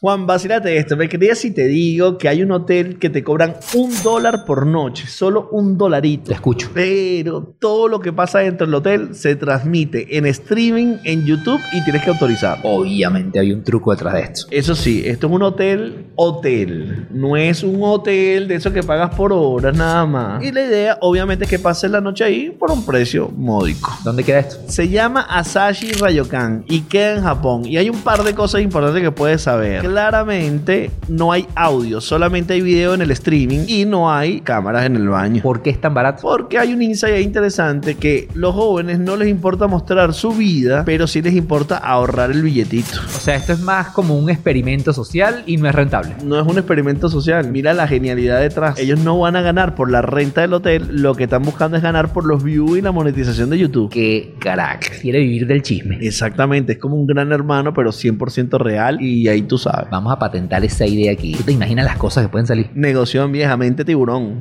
Juan, vacílate esto. Me creías si te digo que hay un hotel que te cobran un dólar por noche, solo un dolarito. Te escucho. Pero todo lo que pasa dentro del hotel se transmite en streaming, en YouTube y tienes que autorizar. Obviamente hay un truco detrás de esto. Eso sí, esto es un hotel, hotel. No es un hotel de eso que pagas por horas nada más. Y la idea, obviamente, es que pases la noche ahí por un precio módico. ¿Dónde queda esto? Se llama Asashi Ryokan y queda en Japón. Y hay un par de cosas importantes que puedes saber. Claramente no hay audio, solamente hay video en el streaming y no hay cámaras en el baño. ¿Por qué es tan barato? Porque hay un insight ahí interesante que los jóvenes no les importa mostrar su vida, pero sí les importa ahorrar el billetito. O sea, esto es más como un experimento social y no es rentable. No es un experimento social. Mira la genialidad detrás. Ellos no van a ganar por la renta del hotel. Lo que están buscando es ganar por los views y la monetización de YouTube. Qué crack. Quiere vivir del chisme. Exactamente. Es como un gran hermano, pero 100% real. Y ahí tú sabes. Vamos a patentar esa idea aquí. ¿Tú te imaginas las cosas que pueden salir? Negoción viejamente tiburón.